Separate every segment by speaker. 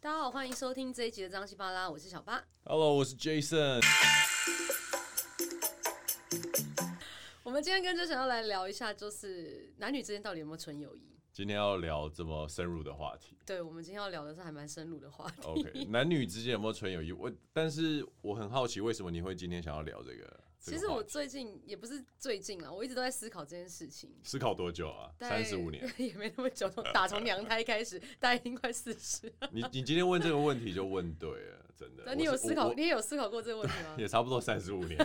Speaker 1: 大家好，欢迎收听这一集的张西巴拉，我是小八。
Speaker 2: Hello，我是 Jason。
Speaker 1: 我们今天跟就想要来聊一下，就是男女之间到底有没有纯友谊？
Speaker 2: 今天要聊这么深入的话题。
Speaker 1: 对，我们今天要聊的是还蛮深入的话题。
Speaker 2: OK，男女之间有没有纯友谊？我，但是我很好奇，为什么你会今天想要聊这个？
Speaker 1: 其
Speaker 2: 这
Speaker 1: 实
Speaker 2: 个话
Speaker 1: 我
Speaker 2: 题
Speaker 1: 最近也不是最近啦，我一直都在思考这件事情。
Speaker 2: 思考多久啊？
Speaker 1: 大概
Speaker 2: 三十五年。
Speaker 1: 也没那么久，从打从娘胎 开始，大概已经快四十。
Speaker 2: 你你今天问这个问题就问对了， 真的。
Speaker 1: 那你有
Speaker 2: 我是
Speaker 1: 思考，
Speaker 2: 我
Speaker 1: 你也有思考过这个问题吗
Speaker 2: 我？也差不多三十五年。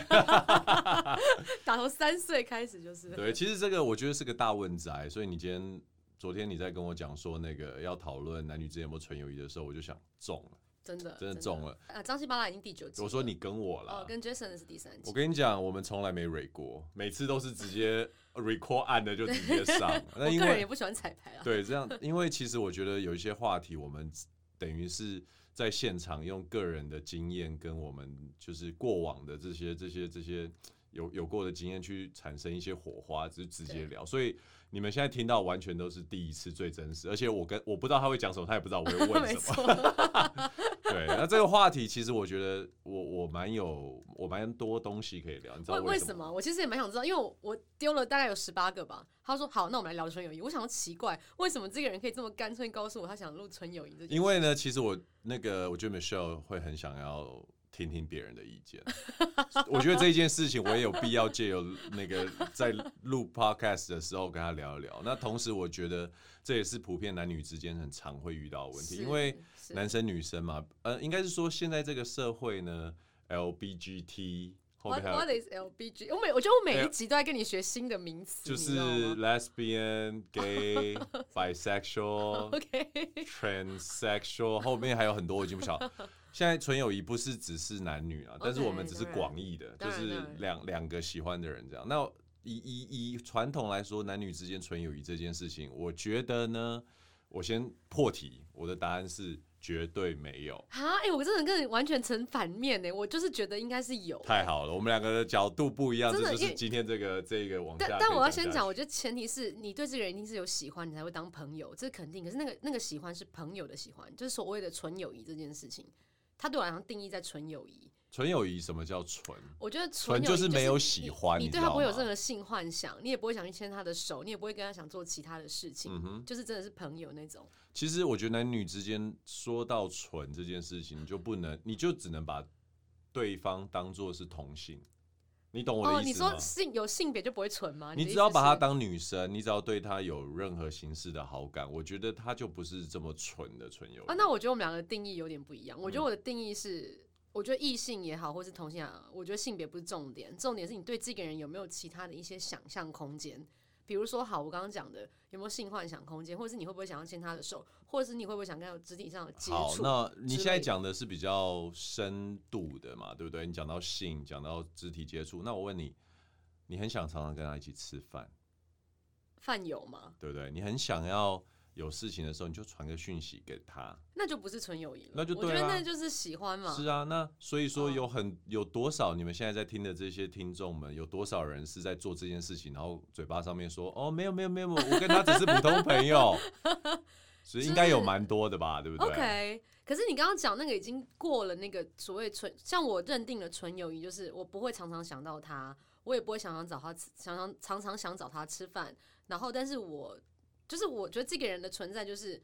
Speaker 1: 打从三岁开始就是。
Speaker 2: 对，其实这个我觉得是个大问宅，所以你今天昨天你在跟我讲说那个要讨论男女之间有没有纯友谊的时候，我就想中了，
Speaker 1: 真的，
Speaker 2: 真的中了。
Speaker 1: 啊！张西巴拉已经第九集了，
Speaker 2: 我说你跟我啦，
Speaker 1: 哦，跟 Jason 的是第三集
Speaker 2: 我。跟你讲，我们从来没蕊过，每次都是直接 record 按的就直接 上。那
Speaker 1: 我
Speaker 2: 因
Speaker 1: 个人也
Speaker 2: 为
Speaker 1: 不喜欢彩排啊。
Speaker 2: 对这样，因为其实我觉得有一些话题，我们等于是在现场用个人的经验跟我们就是过往的这些这些这些有有过的经验去产生一些火花，只是直接聊。所以你们现在听到完全都是第一次最真实，而且我跟我不知道他会讲什么，他也不知道我会问什
Speaker 1: 没
Speaker 2: 么。
Speaker 1: 错，
Speaker 2: 对，那这个话题其实我觉得我我蛮有我蛮多东西可以聊，你知道
Speaker 1: 为为
Speaker 2: 什么
Speaker 1: 什？么？我其实也蛮想知道，因为我我丢了大概有十八个吧。他说好，那我们来聊纯友谊。我想说奇怪，为什么这个人可以这么干脆告诉我他想录纯友谊这件事？
Speaker 2: 因为呢，其实我那个，我觉得 Michelle 会很想要听听别人的意见。 我觉得这件事情，我也有必要借由那个在录 podcast 的时候跟他聊一聊。那同时，我觉得这也是普遍男女之间很常会遇到的问题，
Speaker 1: 是
Speaker 2: 因为
Speaker 1: 是
Speaker 2: 男生女生嘛，呃，应该是说现在这个社会呢，LBGT 后面
Speaker 1: What
Speaker 2: 还有
Speaker 1: What is LBG？我每我觉得我每一集都在跟你学新的名词，
Speaker 2: 就
Speaker 1: 你知道吗
Speaker 2: 是 lesbian、gay、bisexual、
Speaker 1: OK。
Speaker 2: transsexual，后面还有很多我已经不 晓得。现在纯友谊不是只是男女啊，但是
Speaker 1: OK，
Speaker 2: 我们只是
Speaker 1: 当然
Speaker 2: 广义的，就
Speaker 1: 当然
Speaker 2: 是
Speaker 1: 当然
Speaker 2: 两两个喜欢的人这样。那以以以传统来说，男女之间纯友谊这件事情，我觉得呢，我先破题，我的答案是绝对没有。
Speaker 1: 啊，哎、我真的跟你完全成反面呢、我就是觉得应该是有，
Speaker 2: 太好了，我们两个的角度不一样，
Speaker 1: 真的
Speaker 2: 这就
Speaker 1: 因
Speaker 2: 是
Speaker 1: 为
Speaker 2: 今天这个这个往下可以
Speaker 1: 但
Speaker 2: 下去。
Speaker 1: 但我要先讲，我觉得前提是你对这个人一定是有喜欢，你才会当朋友，这肯定。可是那个那个喜欢是朋友的喜欢，就是所谓的纯友谊这件事情，它对我来讲定义在纯友谊。
Speaker 2: 纯友谊什么叫纯？
Speaker 1: 我觉得
Speaker 2: 纯
Speaker 1: 友谊
Speaker 2: 就
Speaker 1: 就是
Speaker 2: 没有喜欢
Speaker 1: 你，
Speaker 2: 你
Speaker 1: 对
Speaker 2: 知
Speaker 1: 他
Speaker 2: 道
Speaker 1: 不会有
Speaker 2: 吗
Speaker 1: 任何性幻想，你也不会想去牵他的手，你也不会跟他想做其他的事情，
Speaker 2: 嗯哼。
Speaker 1: 就是真的是朋友那种。
Speaker 2: 其实我觉得男女之间说到纯这件事情，你就不能，你就只能把对方当做是同性，你懂我
Speaker 1: 哦，
Speaker 2: 的
Speaker 1: 你
Speaker 2: 意思吗？
Speaker 1: 说性有性别就不会纯吗？
Speaker 2: 你
Speaker 1: 的意
Speaker 2: 只
Speaker 1: 思
Speaker 2: 要把她
Speaker 1: 是
Speaker 2: 当女生，你只要对她有任何形式的好感，我觉得她就不是这么纯的纯友谊。
Speaker 1: 啊，那我觉得我们两个定义有点不一样。
Speaker 2: 嗯
Speaker 1: 我觉得我的定义是，我觉得异性也好，或是同性也好，我觉得性别不是重点，重点是你对这个人有没有其他的一些想象空间。比如说，好，我刚刚讲的有没有性幻想空间，或者是你会不会想要牵他的手，或者是你会不会想跟他有肢体上的接
Speaker 2: 好，
Speaker 1: 触？
Speaker 2: 那你
Speaker 1: 之
Speaker 2: 现在
Speaker 1: 类的
Speaker 2: 讲的是比较深度的嘛，对不对？你讲到性，讲到肢体接触，那我问你，你很想常常跟她一起吃饭，
Speaker 1: 饭友吗？
Speaker 2: 对不对？你很想要有事情的时候，你就传个讯息给她。
Speaker 1: 那就不是纯友谊了。
Speaker 2: 那就
Speaker 1: 我
Speaker 2: 对
Speaker 1: 觉得
Speaker 2: 啦
Speaker 1: 那就是喜欢嘛。
Speaker 2: 是啊，那所以说
Speaker 1: 嗯
Speaker 2: 有很、有多少你们现在在听的这些听众们，有多少人是在做这件事情，然后嘴巴上面说哦没有没有没有，我跟他只是普通朋友， 所以应该有蛮多的吧，对不对
Speaker 1: OK，可是你刚刚讲那个已经过了那个所谓纯，像我认定的纯友谊，就是我不会常常想到他，我也不会常常找他吃，常常常常想找他吃饭，然后但是我就是我觉得这个人的存在就是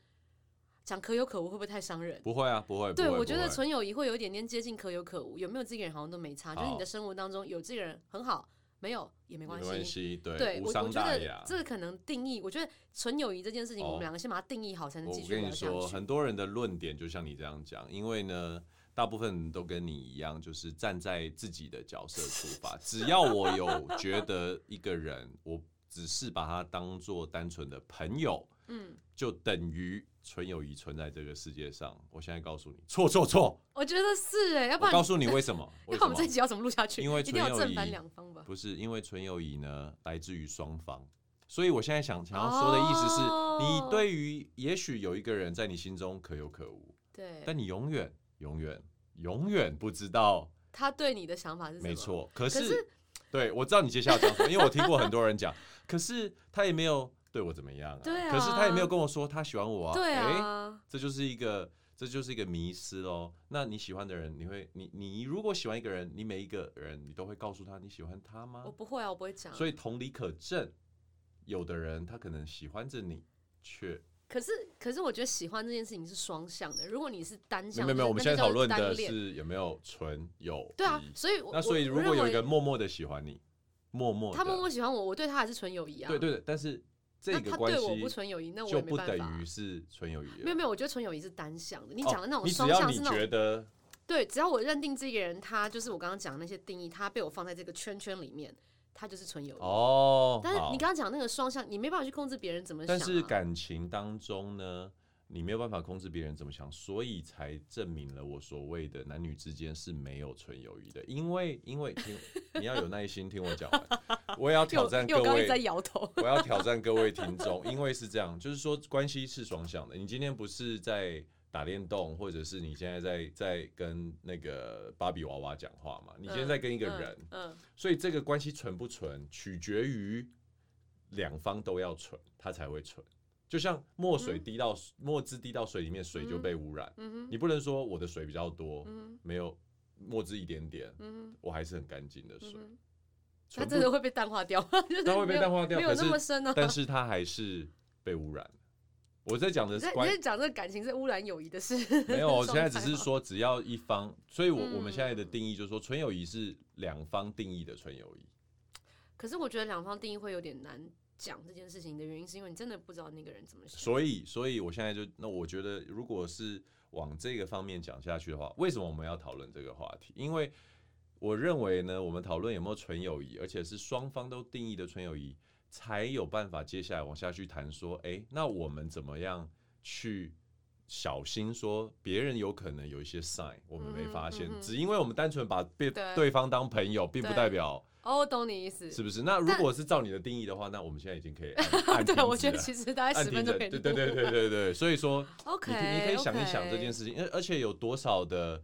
Speaker 1: 讲可有可无，会不会太伤人？
Speaker 2: 不会啊，不会，
Speaker 1: 对，
Speaker 2: 不会
Speaker 1: 我觉得
Speaker 2: 不会
Speaker 1: 纯友谊会有一点点接近可有可无，有没有这个人好像都没差，就是你
Speaker 2: 好
Speaker 1: 的生活当中有这个人很好，没有也没关
Speaker 2: 没关系，对，
Speaker 1: 对
Speaker 2: 无
Speaker 1: 我，我
Speaker 2: 伤
Speaker 1: 觉
Speaker 2: 大
Speaker 1: 得
Speaker 2: 雅。
Speaker 1: 这个可能定义，我觉得纯友谊这件事情，我们
Speaker 2: 哦
Speaker 1: 两个先把它定义好，才能
Speaker 2: 我
Speaker 1: 继
Speaker 2: 我
Speaker 1: 续
Speaker 2: 跟
Speaker 1: 聊
Speaker 2: 你
Speaker 1: 下
Speaker 2: 说，
Speaker 1: 去。
Speaker 2: 很多人的论点就像你这样讲，因为呢，大部分人都跟你一样，就是站在自己的角色出发。 只要我有觉得一个人，我只是把他当做单纯的朋友，
Speaker 1: 嗯，
Speaker 2: 就等于纯友谊存在这个世界上。我现在告诉你，错错错！
Speaker 1: 我觉得是哎，要不
Speaker 2: 我
Speaker 1: 然
Speaker 2: 告诉你为什么？为
Speaker 1: 那
Speaker 2: 什
Speaker 1: 我们这一
Speaker 2: 么？
Speaker 1: 集 要怎么录下去？
Speaker 2: 因为
Speaker 1: 一定要
Speaker 2: 纯友
Speaker 1: 正反
Speaker 2: 谊
Speaker 1: 两方吧。
Speaker 2: 不是因为纯友谊呢，来自于双方。所以我现在想想要说的意思是，
Speaker 1: 哦
Speaker 2: 你对于也许有一个人在你心中可有可无，
Speaker 1: 对，
Speaker 2: 但你永远、永远、永远不知道，
Speaker 1: 他对你的想法是什么？
Speaker 2: 没，错。可是，
Speaker 1: 可是
Speaker 2: 对我知道你接下来要讲什么，因为我听过很多人讲，可是他也没有对我怎么样啊，
Speaker 1: 对啊
Speaker 2: 可是他也没有跟我说他喜欢我啊，
Speaker 1: 对
Speaker 2: 诶
Speaker 1: 啊，
Speaker 2: 这就是一个这就是一个迷失咯。那你喜欢的人，你会你你如果喜欢一个人，你每一个人你都会告诉他你喜欢他吗
Speaker 1: 我？不会啊，我不会讲。
Speaker 2: 所以同理可证，有的人他可能喜欢着你，却
Speaker 1: 可是，可是我觉得喜欢这件事情是双向的。如果你是单
Speaker 2: 没
Speaker 1: 向，
Speaker 2: 有没有，我们现在讨论
Speaker 1: 那就叫
Speaker 2: 的
Speaker 1: 单恋
Speaker 2: 是有没有纯友谊
Speaker 1: 对啊，所以我
Speaker 2: 那所以
Speaker 1: 我
Speaker 2: 如果有一
Speaker 1: 我
Speaker 2: 个
Speaker 1: 认为
Speaker 2: 默默的喜欢你，默默的
Speaker 1: 他默默喜欢我，我对他还是纯友谊啊。
Speaker 2: 对对对，但是这
Speaker 1: 那
Speaker 2: 个
Speaker 1: 他
Speaker 2: 关
Speaker 1: 对我不
Speaker 2: 系
Speaker 1: 纯友谊，那我也
Speaker 2: 就
Speaker 1: 没
Speaker 2: 不
Speaker 1: 办法
Speaker 2: 等
Speaker 1: 啊。
Speaker 2: 于是纯友谊了。
Speaker 1: 没有没有，我觉得纯友谊是单向的。你
Speaker 2: 你
Speaker 1: 讲的那种
Speaker 2: 哦你只
Speaker 1: 双
Speaker 2: 要
Speaker 1: 向
Speaker 2: 你
Speaker 1: 是那种
Speaker 2: 觉得
Speaker 1: 对，只要我认定这个人，他就是我刚刚讲的那些定义，他被我放在这个圈圈里面，他就是纯友谊。
Speaker 2: 哦，
Speaker 1: 但是
Speaker 2: 好
Speaker 1: 你刚刚讲那个双向，你没办法去控制别人怎么想、
Speaker 2: 但
Speaker 1: 啊。
Speaker 2: 是感情当中呢，你没有办法控制别人怎么想，所以才证明了我所谓的男女之间是没有纯友谊的。因为因为听你要有耐心听我讲完，我也要挑 战
Speaker 1: 又又
Speaker 2: 各
Speaker 1: 刚刚一直在
Speaker 2: 位。
Speaker 1: 摇头。
Speaker 2: 我要挑战各位听众，因为是这样，就是说关系是双向的。你今天不是在打电动，或者是你现在在在跟那个芭比娃娃讲话嘛？你今天在跟一个人，
Speaker 1: 嗯，嗯，
Speaker 2: 所以这个关系纯不纯，取决于两方都要纯，它才会纯。就像墨水滴到、墨汁滴到水里面，水就被污染。
Speaker 1: 嗯
Speaker 2: 你不能说我的水比较多，
Speaker 1: 嗯
Speaker 2: 没有墨汁一点点，
Speaker 1: 嗯
Speaker 2: 我还是很干净的水。
Speaker 1: 嗯，它
Speaker 2: 纯
Speaker 1: 真
Speaker 2: 不
Speaker 1: 的会被淡化 掉，就是
Speaker 2: 它会
Speaker 1: 没
Speaker 2: 被
Speaker 1: 有
Speaker 2: 淡化掉
Speaker 1: 没有
Speaker 2: 可
Speaker 1: 那
Speaker 2: 是
Speaker 1: 么深 啊。
Speaker 2: 但是它还是被污染。我在讲的
Speaker 1: 你
Speaker 2: 是
Speaker 1: 在
Speaker 2: 关
Speaker 1: 你在讲这个感情是污染友谊的事，
Speaker 2: 没有，我现在只
Speaker 1: 状态
Speaker 2: 是
Speaker 1: 吗
Speaker 2: 说只要一方，所以我、
Speaker 1: 哦嗯
Speaker 2: 我们现在的定义就是说，纯友谊是两方定义的纯友谊。
Speaker 1: 可是我觉得两方定义会有点难讲这件事情的原因，是因为你真的不知道那个人怎么想。
Speaker 2: 所以，所以我现在就那我觉得，如果是往这个方面讲下去的话，为什么我们要讨论这个话题？因为我认为呢，我们讨论有没有纯友谊，而且是双方都定义的纯友谊，才有办法接下来往下去谈说，诶，那我们怎么样去小心说别人有可能有一些 sign 我们没发现，
Speaker 1: 嗯哼嗯哼
Speaker 2: 只因为我们单纯把对
Speaker 1: 对
Speaker 2: 对方当朋友，并不
Speaker 1: 对
Speaker 2: 代表
Speaker 1: 哦，我懂你意思。
Speaker 2: 是不是？那如果是照你的定义的话，那我们现在已经可以按 按
Speaker 1: 对，
Speaker 2: 停
Speaker 1: 我
Speaker 2: 止
Speaker 1: 觉得
Speaker 2: 了
Speaker 1: 其实大概
Speaker 2: 按
Speaker 1: 十
Speaker 2: 停
Speaker 1: 分
Speaker 2: 着
Speaker 1: 钟可以
Speaker 2: 对对对对对对，所以说
Speaker 1: OK，
Speaker 2: 你可你可以想一想这件
Speaker 1: 事。
Speaker 2: 事情，因为而且有多少的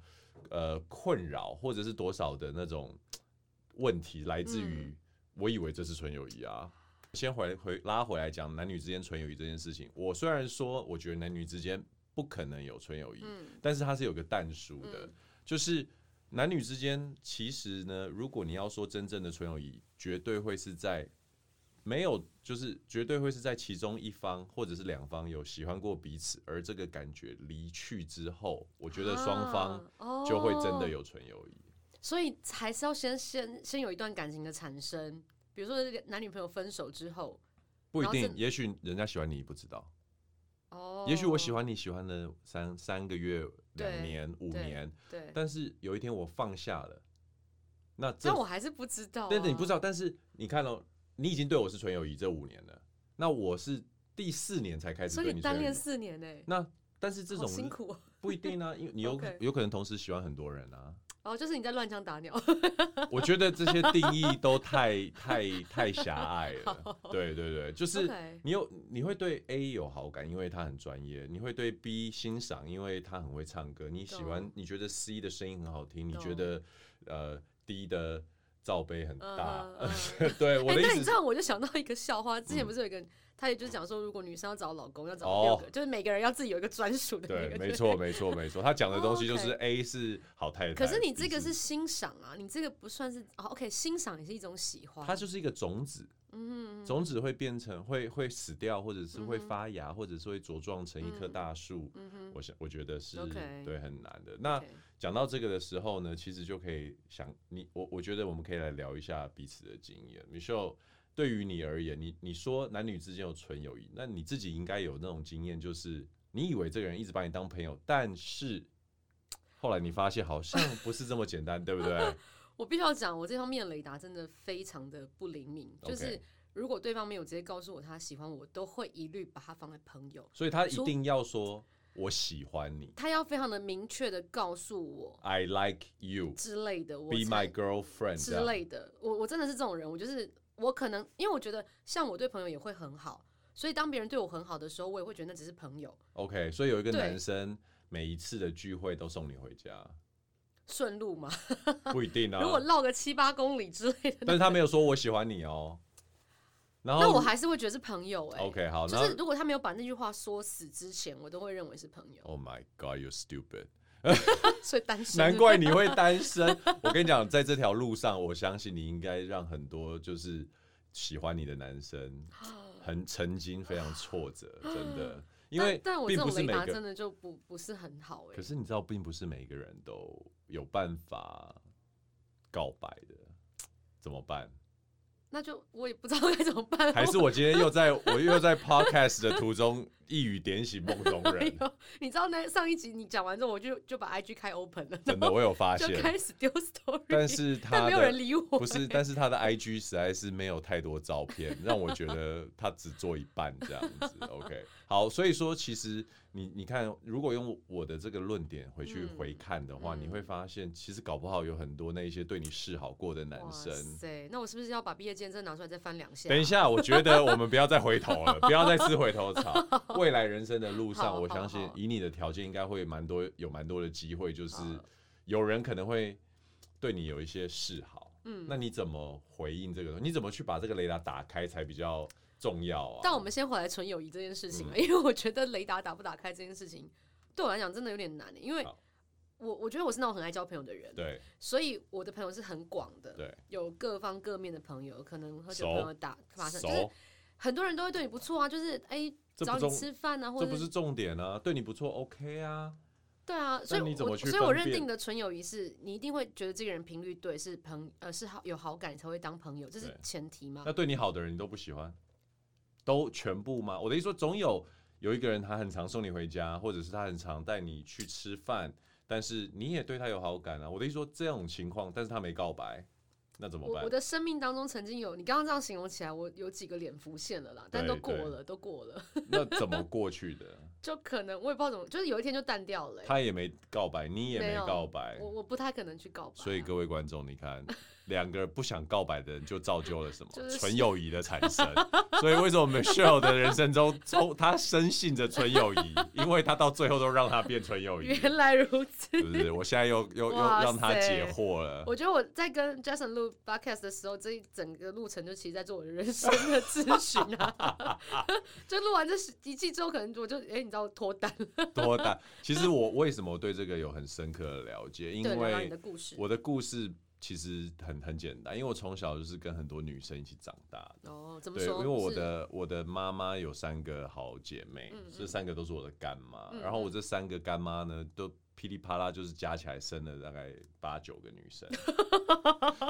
Speaker 2: 呃困扰，或者是多少的那种问题来自于我以为这是纯友谊啊。先回回拉回来讲男女之间纯友谊这件事情，我虽然说我觉得男女之间不可能有纯友谊，
Speaker 1: 嗯
Speaker 2: 但是它是有个淡书的，
Speaker 1: 嗯
Speaker 2: 就是男女之间其实呢，如果你要说真正的纯友谊，绝对会是在没有，就是绝对会是在其中一方或者是两方有喜欢过彼此，而这个感觉离去之
Speaker 1: 啊
Speaker 2: 后，我觉得双方
Speaker 1: 方
Speaker 2: 就会真的、有纯友谊。
Speaker 1: 哦啊所以还是要先先先有一段感情的产生，比如说男女朋友分手之后，
Speaker 2: 不一
Speaker 1: 然后
Speaker 2: 定，
Speaker 1: 是
Speaker 2: 也许人家喜欢你不知道，
Speaker 1: 哦，
Speaker 2: 也许我喜欢你喜欢了三三个月、两
Speaker 1: 对
Speaker 2: 年、五
Speaker 1: 对
Speaker 2: 年，
Speaker 1: 对，
Speaker 2: 但是有一天我放下了，那这
Speaker 1: 但我还是不知道、啊，
Speaker 2: 但是你不知道，但是你看哦，你已经对我是纯友谊这五年了，那我是第四年才开始
Speaker 1: 啊所以
Speaker 2: 对
Speaker 1: 你
Speaker 2: 你
Speaker 1: 单
Speaker 2: 纯友
Speaker 1: 恋
Speaker 2: 谊。
Speaker 1: 四年呢、
Speaker 2: 那但是这
Speaker 1: 好
Speaker 2: 种
Speaker 1: 辛苦哦
Speaker 2: 不一定啊，因为你有
Speaker 1: OK
Speaker 2: 有可能同时喜欢很多人啊。
Speaker 1: 哦，就是你在乱枪打鸟，
Speaker 2: 我觉得这些定义都太太太狭隘了。对对对，就是
Speaker 1: OK
Speaker 2: 你有你会对 A 有好感，因为他很专业；你会对 B 欣赏，因为他很会唱歌。你喜欢
Speaker 1: 懂，
Speaker 2: 你觉得 C 的声音很好听，你
Speaker 1: 懂
Speaker 2: 觉得呃 D 的罩杯很 大。
Speaker 1: 嗯嗯
Speaker 2: 对我
Speaker 1: 哎、
Speaker 2: 的意
Speaker 1: 那
Speaker 2: 思
Speaker 1: 你
Speaker 2: 是嗯
Speaker 1: 知道，我就想到一个笑话，之前不是有一个，他也就是讲说，如果女生要找老公，要找
Speaker 2: 哦
Speaker 1: 六个，就是每个人要自己有一个专属的那
Speaker 2: 对，
Speaker 1: 个。
Speaker 2: 没错，没错，没错。他讲的东西就
Speaker 1: 哦
Speaker 2: 是 A 是好太太，
Speaker 1: 可是你这个
Speaker 2: B
Speaker 1: 是欣赏啊，你这个不算是哦，OK，欣赏也是一种喜欢。
Speaker 2: 它就是一个种子，
Speaker 1: 啊嗯，
Speaker 2: 种子会变成会会死掉，或者是会发芽，或者是会茁壮成一棵大树。
Speaker 1: 嗯哼
Speaker 2: 我想我觉得是
Speaker 1: OK
Speaker 2: 对很难的。那
Speaker 1: OK
Speaker 2: 讲到这个的时候呢，其实就可以想你我我觉得我们可以来聊一下彼此的经验。Michelle，对于你而言，你你说男女之间有纯友谊，那你自己应该有那种经验，就是你以为这个人一直把你当朋友，但是后来你发现 好像不是这么简单，对不对？
Speaker 1: 我必须要讲，我这方面雷达真的非常的不灵敏，
Speaker 2: OK
Speaker 1: 就是如果对方没有直接告诉我他喜欢我，都会一律把他放在朋友。
Speaker 2: 所以他一定要说我喜欢你
Speaker 1: 他要非常的明确的告诉我
Speaker 2: ，I like you。
Speaker 1: 之类的，我
Speaker 2: Be
Speaker 1: 才
Speaker 2: my girlfriend
Speaker 1: 之类的。我我真的是这种人，我就是我可能因为我觉得像我对朋友也会很好，所以当别人对我很好的时候，我也会觉得那只是朋友，
Speaker 2: OK，所以有一个
Speaker 1: 对
Speaker 2: 男生每一次的聚会都送你回家，
Speaker 1: 顺路嘛。
Speaker 2: 不一定啊
Speaker 1: 如。果绕个七八公里之类的，
Speaker 2: 但是他没有说我喜欢你哦，然后
Speaker 1: 那我还是会觉得是朋友哎、
Speaker 2: OK 好，然
Speaker 1: 就
Speaker 2: 后
Speaker 1: 是如果他没有把那句话说死之前，我都会认为是朋友，
Speaker 2: Oh my God, you stupid！
Speaker 1: 所以单身。
Speaker 2: 难怪你会单身。我跟你讲，在这条路上，我相信你应该让很多就是喜欢你的男生很曾经非常挫 折，真的，因为
Speaker 1: 但但我这
Speaker 2: 并
Speaker 1: 种
Speaker 2: 不是
Speaker 1: 雷
Speaker 2: 每
Speaker 1: 达
Speaker 2: 个
Speaker 1: 真的就不不是很好哎、
Speaker 2: 可是你知道，并不是每个人都有办法告白的，怎么 办？
Speaker 1: 那就我也不知道该 怎么办。哦
Speaker 2: 还是我今天又在我又在 podcast 的途中一语点醒梦中
Speaker 1: 哎
Speaker 2: 人？
Speaker 1: 呦，你知道那上一集你讲完之后，我就就把 IG 开 open 了，
Speaker 2: 真
Speaker 1: 然
Speaker 2: 的，
Speaker 1: 后
Speaker 2: 我有发
Speaker 1: 就
Speaker 2: 现，
Speaker 1: 开始丢 story，
Speaker 2: 但是他
Speaker 1: 但没有
Speaker 2: 的
Speaker 1: 人理我、欸
Speaker 2: 不是，但是他的 IG 实在是没有太多照片，让我觉得他只做一半这样子。OK，好，所以说其实你你看，如果用我的这个论点回去
Speaker 1: 嗯
Speaker 2: 回看的话，
Speaker 1: 嗯
Speaker 2: 你会发现，其实搞不好有很多那一些对你示好过的男生
Speaker 1: 哇。塞，那我是不是要把毕业见证拿出来再翻两下？
Speaker 2: 等一下，我觉得我们不要再回头了，不要再吃回头草。 未来人生的路上，
Speaker 1: 好
Speaker 2: 我相
Speaker 1: 好
Speaker 2: 信
Speaker 1: 好
Speaker 2: 以你的条件，应该会蛮多，有蛮多的机会，就是
Speaker 1: 好
Speaker 2: 有人可能会对你有一些示好。
Speaker 1: 嗯
Speaker 2: 那你怎么回应这个东西？你怎么去把这个雷达打开才比较重要啊？
Speaker 1: 但我们先回来纯友谊这件事情了，
Speaker 2: 嗯
Speaker 1: 因为我觉得雷达打不打开这件事情对我来讲真的有点难，欸因为
Speaker 2: 好
Speaker 1: 我我觉得我是那种很爱交朋友的人，
Speaker 2: 对
Speaker 1: 所以我的朋友是很广的，
Speaker 2: 对，
Speaker 1: 有各方各面的朋友，可能喝酒
Speaker 2: 熟
Speaker 1: 朋友打发生，就是
Speaker 2: 熟，
Speaker 1: 很多人都会对你不错啊，就是哎、
Speaker 2: 这
Speaker 1: 找
Speaker 2: 不
Speaker 1: 你
Speaker 2: 重，
Speaker 1: 吃饭啊，或
Speaker 2: 这
Speaker 1: 者
Speaker 2: 不是重点啊，对你不错，OK 啊，
Speaker 1: 对啊，所以
Speaker 2: 你怎么
Speaker 1: 我
Speaker 2: 去
Speaker 1: 所以我
Speaker 2: 分
Speaker 1: 认
Speaker 2: 辨
Speaker 1: 定的纯友谊是你一定会觉得这个人频率对，是朋呃是好有好感才会当朋友，这是
Speaker 2: 对
Speaker 1: 前提嘛
Speaker 2: 那？对你好的人你都不喜欢，都全部吗？我的意思说，总有有一个人他很常送你回家，或者是他很常带你去吃饭，但是你也对他有好感啊。我的意思说，这种情况，但是他没告白，那怎么
Speaker 1: 我
Speaker 2: 办
Speaker 1: 我？的生命当中曾经有你刚刚这样形容起来，我有几个脸浮现了啦，但都
Speaker 2: 对
Speaker 1: 过
Speaker 2: 对
Speaker 1: 了，都过了，
Speaker 2: 那怎么过去的？
Speaker 1: 就可能我也不知道怎么，就是有一天就淡掉了欸、
Speaker 2: 他也没告白，你也
Speaker 1: 没
Speaker 2: 没
Speaker 1: 有
Speaker 2: 告白
Speaker 1: 我，我不太可能去告白啊、
Speaker 2: 所以各位观众，你看，两个不想告白的人就造就了什么
Speaker 1: 就是
Speaker 2: 纯友谊的产生。 所以为什么 Michelle 的人生中，中他深信着纯友谊，因为他到最后都让他变纯友谊。
Speaker 1: 原来如此。
Speaker 2: 是不是？我现在又又又
Speaker 1: 哇
Speaker 2: 让他
Speaker 1: 塞
Speaker 2: 解惑了。
Speaker 1: 我觉得我在跟 Jason 录 podcast 的时候，这一整个路程就其实在做我的人生的咨询啊。就录完这十一季之后，可能我就哎、你知道我脱单了，
Speaker 2: 多大？其实我为什么对这个有很深刻的了解？因
Speaker 1: 对，聊聊你
Speaker 2: 为
Speaker 1: 的故事。
Speaker 2: 我的故事其实很很简单，因为我从小就是跟很多女生一起长大的。
Speaker 1: 哦，怎么
Speaker 2: 对，
Speaker 1: 说？
Speaker 2: 因为我
Speaker 1: 是
Speaker 2: 的我的妈妈有三个好姐妹，
Speaker 1: 嗯嗯
Speaker 2: 这三个都是我的干妈。
Speaker 1: 嗯
Speaker 2: 然后我
Speaker 1: 嗯
Speaker 2: 这三个干妈呢，都噼里啪啦就是加起来生了大概八九个女 生。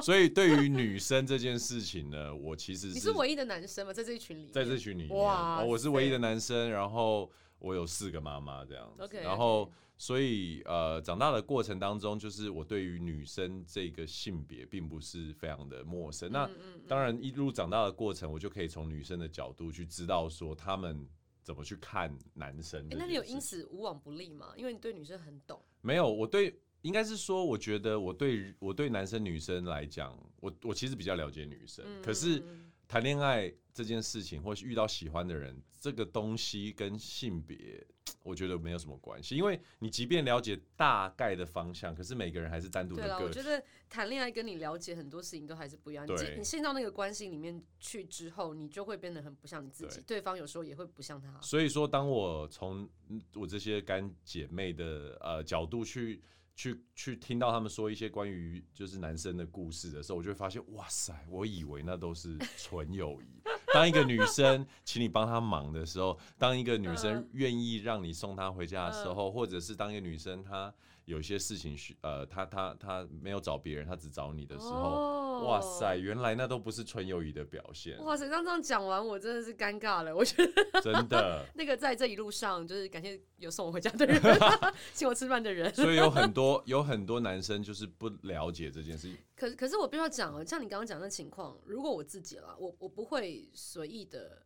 Speaker 2: 所以对于女生这件事情呢，我其实
Speaker 1: 你是唯一的男生吗？在这一群里面，
Speaker 2: 在这群里面，
Speaker 1: 哇
Speaker 2: 哦我是唯一
Speaker 1: 塞
Speaker 2: 的男生，然后我有四个妈妈这样子
Speaker 1: OK，OK
Speaker 2: 然后所以呃，长大的过程当中，就是我对于女生这个性别并不是非常的陌生。那
Speaker 1: 嗯嗯
Speaker 2: 当然，一路长大的过程，我就可以从女生的角度去知道说他们怎么去看男生
Speaker 1: 嗯
Speaker 2: 这件事情。
Speaker 1: 诶那你有因此无往不利吗？因为你对女生很懂，
Speaker 2: 没有，我对应该是说，我觉得我对我对男生女生来讲，我我其实比较了解女生，
Speaker 1: 嗯
Speaker 2: 可是
Speaker 1: 嗯嗯
Speaker 2: 谈恋爱这件事情，或是遇到喜欢的人，这个东西跟性别，我觉得没有什么关系，因为你即便了解大概的方向，可是每个人还是单独
Speaker 1: 对
Speaker 2: 的
Speaker 1: 啦，我
Speaker 2: 个
Speaker 1: 觉
Speaker 2: 体。
Speaker 1: 得谈恋爱跟你了解很多事情都还是不一样。你
Speaker 2: 对
Speaker 1: 进你进到那个关系里面去之后，你就会变得很不像你自己，对方有时候也会不像他。
Speaker 2: 所以说，当我从嗯我这些干姐妹的呃角度去去去听到他们说一些关于就是男生的故事的时候，我就会发现，哇塞，我以为那都是纯友谊。 当一个女生请你帮她忙的时候，当一个女生愿意让你送她回家的时候，或者是当一个女生她有些事情需呃，她她她没有找别人，她只找你的时候，
Speaker 1: 哦
Speaker 2: 哇塞，！原来那都不是纯友谊的表现，
Speaker 1: 哇塞，刚这样讲完，我真的是尴尬了。我觉得
Speaker 2: 真的。
Speaker 1: 那个在这一路上，就是感谢有送我回家的人， 请我吃饭的 人。
Speaker 2: 所以有很多有很多男生就是不了解这件事情。
Speaker 1: 可可是我必须要讲哦，像你刚刚讲的情况，如果我自己啦，我我不会随意的，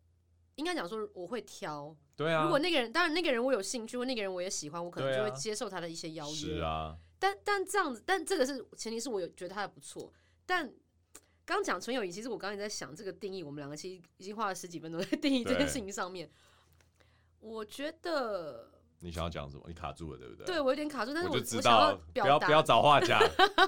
Speaker 1: 应该讲说我会挑。
Speaker 2: 对啊，
Speaker 1: 如果那个人，当然那个人我有兴趣，或那个人我也喜欢，我可能
Speaker 2: 对
Speaker 1: 就
Speaker 2: 啊
Speaker 1: 会接受他的一些邀约。
Speaker 2: 是啊，
Speaker 1: 但但这样子，但这个是前提是我有觉得他还不错。但刚讲纯友谊，其实我刚才在想这个定义，我们两个其实已经花了十几分钟在定义这件
Speaker 2: 对
Speaker 1: 事情上面。我觉得
Speaker 2: 你想要讲什么？你卡住了，对不对？
Speaker 1: 对，我有点卡住，但是
Speaker 2: 我
Speaker 1: 我
Speaker 2: 就知
Speaker 1: 我想
Speaker 2: 道，不
Speaker 1: 表
Speaker 2: 要
Speaker 1: 达
Speaker 2: 不要找话讲。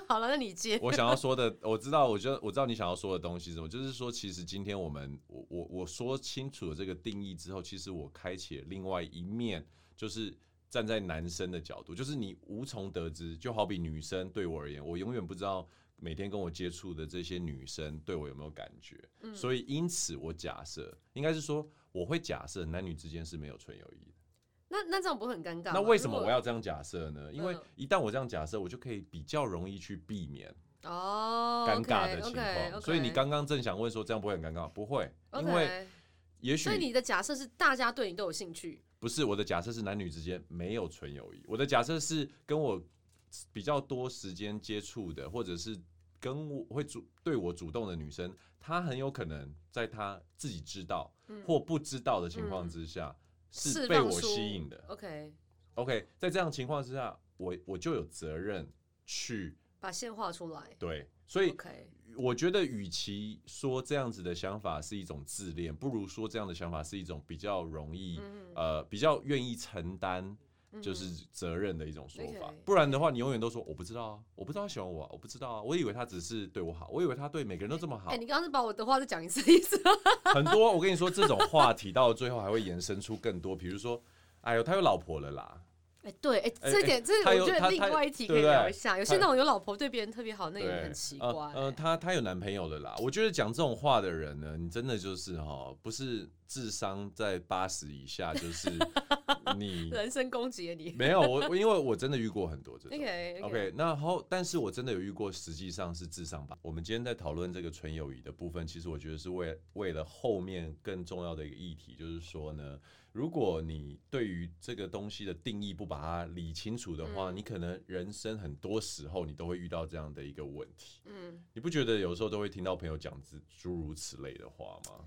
Speaker 1: 好了，那你接。
Speaker 2: 我想要说的，我知道，我觉得我知道你想要说的东西是什么，就是说，其实今天我们我我我说清楚了这个定义之后，其实我开启了另外一面，就是站在男生的角度，就是你无从得知，就好比女生对我而言，我永远不知道每天跟我接触的这些女生对我有没有感觉，
Speaker 1: 嗯
Speaker 2: 所以因此我假设，应该是说我会假设男女之间是没有纯友谊的。
Speaker 1: 那那这样不会很尴尬吗？
Speaker 2: 那为什
Speaker 1: 啊
Speaker 2: 么
Speaker 1: 如
Speaker 2: 我
Speaker 1: 果
Speaker 2: 要这样假设呢？因为
Speaker 1: 嗯
Speaker 2: 一旦我这样假设，我就可以比较容易去避免
Speaker 1: 哦
Speaker 2: 尴尬的情
Speaker 1: o k
Speaker 2: 况。所以你刚刚正想问说这样不会很尴尬？不会，因为也许
Speaker 1: 所以你的假设是大家对你都有兴趣，
Speaker 2: 不是我的假设是男女之间没有纯友谊，我的假设是跟我比较多时间接触的，或者是跟我会主对我主动的女生，她很有可能在她自己知道或不知道的情况之下，是
Speaker 1: 嗯释
Speaker 2: 被
Speaker 1: 放
Speaker 2: 我
Speaker 1: 出
Speaker 2: 吸引的。
Speaker 1: OK，
Speaker 2: OK，在这样情况之下，我我就有责任去
Speaker 1: 把线画出来。
Speaker 2: 对，所以
Speaker 1: OK，
Speaker 2: 我觉得，与其说这样子的想法是一种自恋，不如说这样的想法是一种比较容易、
Speaker 1: 嗯
Speaker 2: 呃比较愿意承担就是责任的一种说法。
Speaker 1: OK
Speaker 2: 不然的话，你永远都说我不知道啊，我不知道他喜欢我啊、我不知道啊，我以为他只是对我好，我以为他对每个人都这么好
Speaker 1: 哎、。你刚刚是把我的话再讲一次意思吗？
Speaker 2: 很多我跟你说，这种话题到最后还会延伸出更多，比如说，哎呦，他有老婆了啦，
Speaker 1: 哎、对，哎、
Speaker 2: 哎
Speaker 1: 这点、这
Speaker 2: 他
Speaker 1: 这
Speaker 2: 有
Speaker 1: 我觉
Speaker 2: 他
Speaker 1: 得另
Speaker 2: 他
Speaker 1: 外一题
Speaker 2: 对
Speaker 1: 可以
Speaker 2: 不对
Speaker 1: 聊一下。有些
Speaker 2: 他
Speaker 1: 那种有老婆对别人特别好，那
Speaker 2: 对，
Speaker 1: 也很奇怪、欸
Speaker 2: 呃，呃她她有男朋友了啦。我觉得讲这种话的人呢，你真的就是哈，不是智商在八十以下，就是 你
Speaker 1: 人身攻击啊 你。
Speaker 2: 没有我，我因为我真的遇过很多这种。
Speaker 1: OK
Speaker 2: OK，那然后，但是我真的有遇过，实际上是智商吧。我们今天在讨论这个纯友谊的部分，其实我觉得是为为了后面更重要的一个议题，就是说呢，如果你对于这个东西的定义不把它理清楚的话，
Speaker 1: 嗯
Speaker 2: 你可能人生很多时候你都会遇到这样的一个问题。
Speaker 1: 嗯，
Speaker 2: 你不觉得有时候都会听到朋友讲之诸如此类的话吗？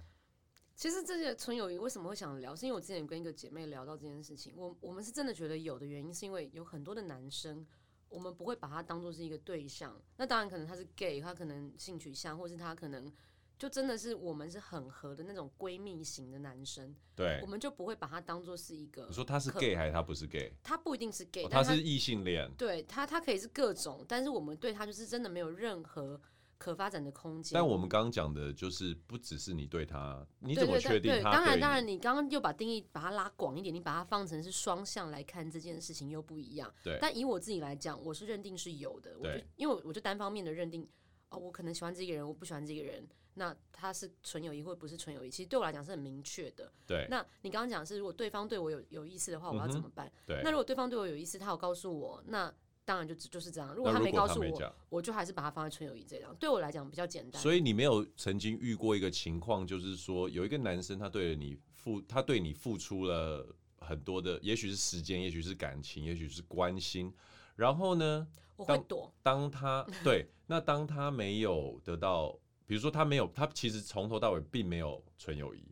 Speaker 1: 其实这些纯友谊为什么会想聊，是因为我之前跟一个姐妹聊到这件事情，我我们是真的觉得有的原因是因为有很多的男生，我们不会把他当做是一个对象。那当然可能他是 gay，他可能性取向，或是他可能就真的是我们是很合的那种闺蜜型的男生，
Speaker 2: 对
Speaker 1: 我，们就不会把他当做是一个。
Speaker 2: 你说他是
Speaker 1: 可
Speaker 2: gay 还是他不是 gay？、
Speaker 1: 他不一定是 gay，、
Speaker 2: 哦、
Speaker 1: 但
Speaker 2: 他是异性恋。
Speaker 1: 对他他可以是各种，但是我们对他就是真的没有任何可发展的空间。
Speaker 2: 但我们刚刚讲的就是，不只是你对他，你
Speaker 1: 对
Speaker 2: 怎么
Speaker 1: 对
Speaker 2: 确
Speaker 1: 对
Speaker 2: 定
Speaker 1: 对，
Speaker 2: 他
Speaker 1: 当然
Speaker 2: 对
Speaker 1: 当
Speaker 2: 你
Speaker 1: 然，你刚刚又把定义把它拉广一点，你把它放成是双向来看这件事情又不一样。
Speaker 2: 对
Speaker 1: 但以我自己来讲，我是认定是有的，我就
Speaker 2: 对
Speaker 1: 因为我我就单方面的认定，哦，我可能喜欢这个人，我不喜欢这个人，那他是纯友谊或不是纯友谊，其实对我来讲是很明确的。
Speaker 2: 对嗯
Speaker 1: 那你刚刚讲是，如果对方对我有有意思的话，我要怎么办？
Speaker 2: 对。
Speaker 1: 那如果对方对我有意思，他有告诉我，那当然就只就是这样。如果
Speaker 2: 那
Speaker 1: 他没告
Speaker 2: 他
Speaker 1: 诉
Speaker 2: 没
Speaker 1: 我，
Speaker 2: 讲，
Speaker 1: 我就还是把它放在纯友谊这一张，对我来讲比较简单。
Speaker 2: 所以你没有曾经遇过一个情况，就是说有一个男生他对你付，他对你付出了很多的，也许是时间，也许是感情，也许是关心，然后呢，
Speaker 1: 我会
Speaker 2: 当
Speaker 1: 躲，
Speaker 2: 当他 对，那当他没有得到，比如说他没有，他其实从头到尾并没有纯友谊，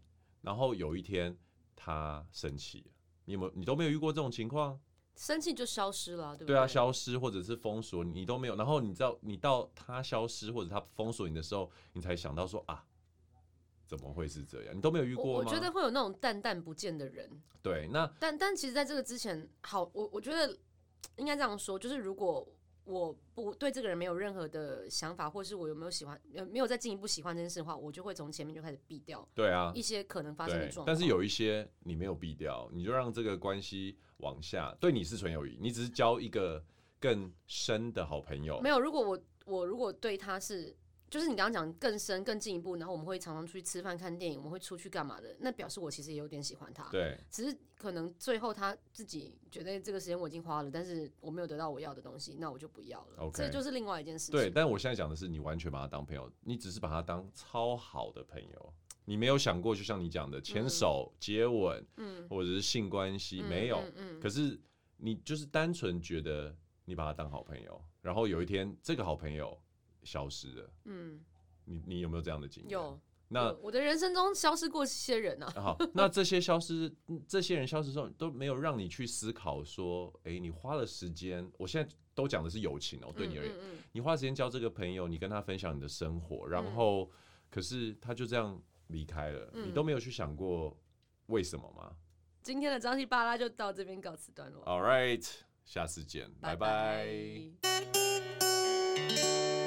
Speaker 2: 然后有一天他生气了，你有没有你都没有遇过这种情况？
Speaker 1: 生气就消失了，对不对？
Speaker 2: 对啊，消失或者是封锁，你都没有。然后你知道，你到他消失或者他封锁你的时候，你才想到说啊，怎么会是这样？你都没有遇
Speaker 1: 我
Speaker 2: 过
Speaker 1: 我
Speaker 2: 吗？
Speaker 1: 觉得会有那种淡淡不见的人，
Speaker 2: 对，那
Speaker 1: 但但其实在这个之前，好，我我觉得应该这样说，就是如果我不对这个人没有任何的想法，或是我有没有喜欢，呃，没有再进一步喜欢这件事的话，我就会从前面就开始避掉
Speaker 2: 对啊，
Speaker 1: 一些可能发生的
Speaker 2: 对
Speaker 1: 状况。，
Speaker 2: 但是有一些你没有避掉，你就让这个关系往下。对你是纯友谊，你只是交一个更深的好朋友
Speaker 1: 没。有，如果我我如果对他是，就是你刚刚讲更深、更进一步，然后我们会常常出去吃饭、看电影，我们会出去干嘛的，那表示我其实也有点喜欢他。
Speaker 2: 对
Speaker 1: 只是可能最后他自己觉得这个时间我已经花了，但是我没有得到我要的东西，那我就不要了。
Speaker 2: OK
Speaker 1: 这就是另外一件事情。
Speaker 2: 对，但我现在讲的是，你完全把他当朋友，你只是把他当超好的朋友。你没有想过，就像你讲的，牵手、接吻，
Speaker 1: 嗯，
Speaker 2: 或者是性关系，
Speaker 1: 嗯
Speaker 2: 没有。
Speaker 1: 嗯嗯
Speaker 2: 可是你就是单纯觉得你把他当好朋友，然后有一天这个好朋友消失了，
Speaker 1: 嗯，
Speaker 2: 你你有没有这样的经验？
Speaker 1: 有。
Speaker 2: 那
Speaker 1: 有我的人生中消失过一些人啊，
Speaker 2: 好，那这些消失，嗯这些人消失之后都没有让你去思考说，诶，你花了时间，我现在都讲的是友情哦、对你而言，
Speaker 1: 嗯嗯嗯
Speaker 2: 你花时间交这个朋友，你跟他分享你的生活，然后、可是他就这样离开了，
Speaker 1: 嗯
Speaker 2: 你都没有去想过为什么吗？
Speaker 1: 今天的张西巴拉就到这边告辞段落，
Speaker 2: All right，下次见，拜拜
Speaker 1: 拜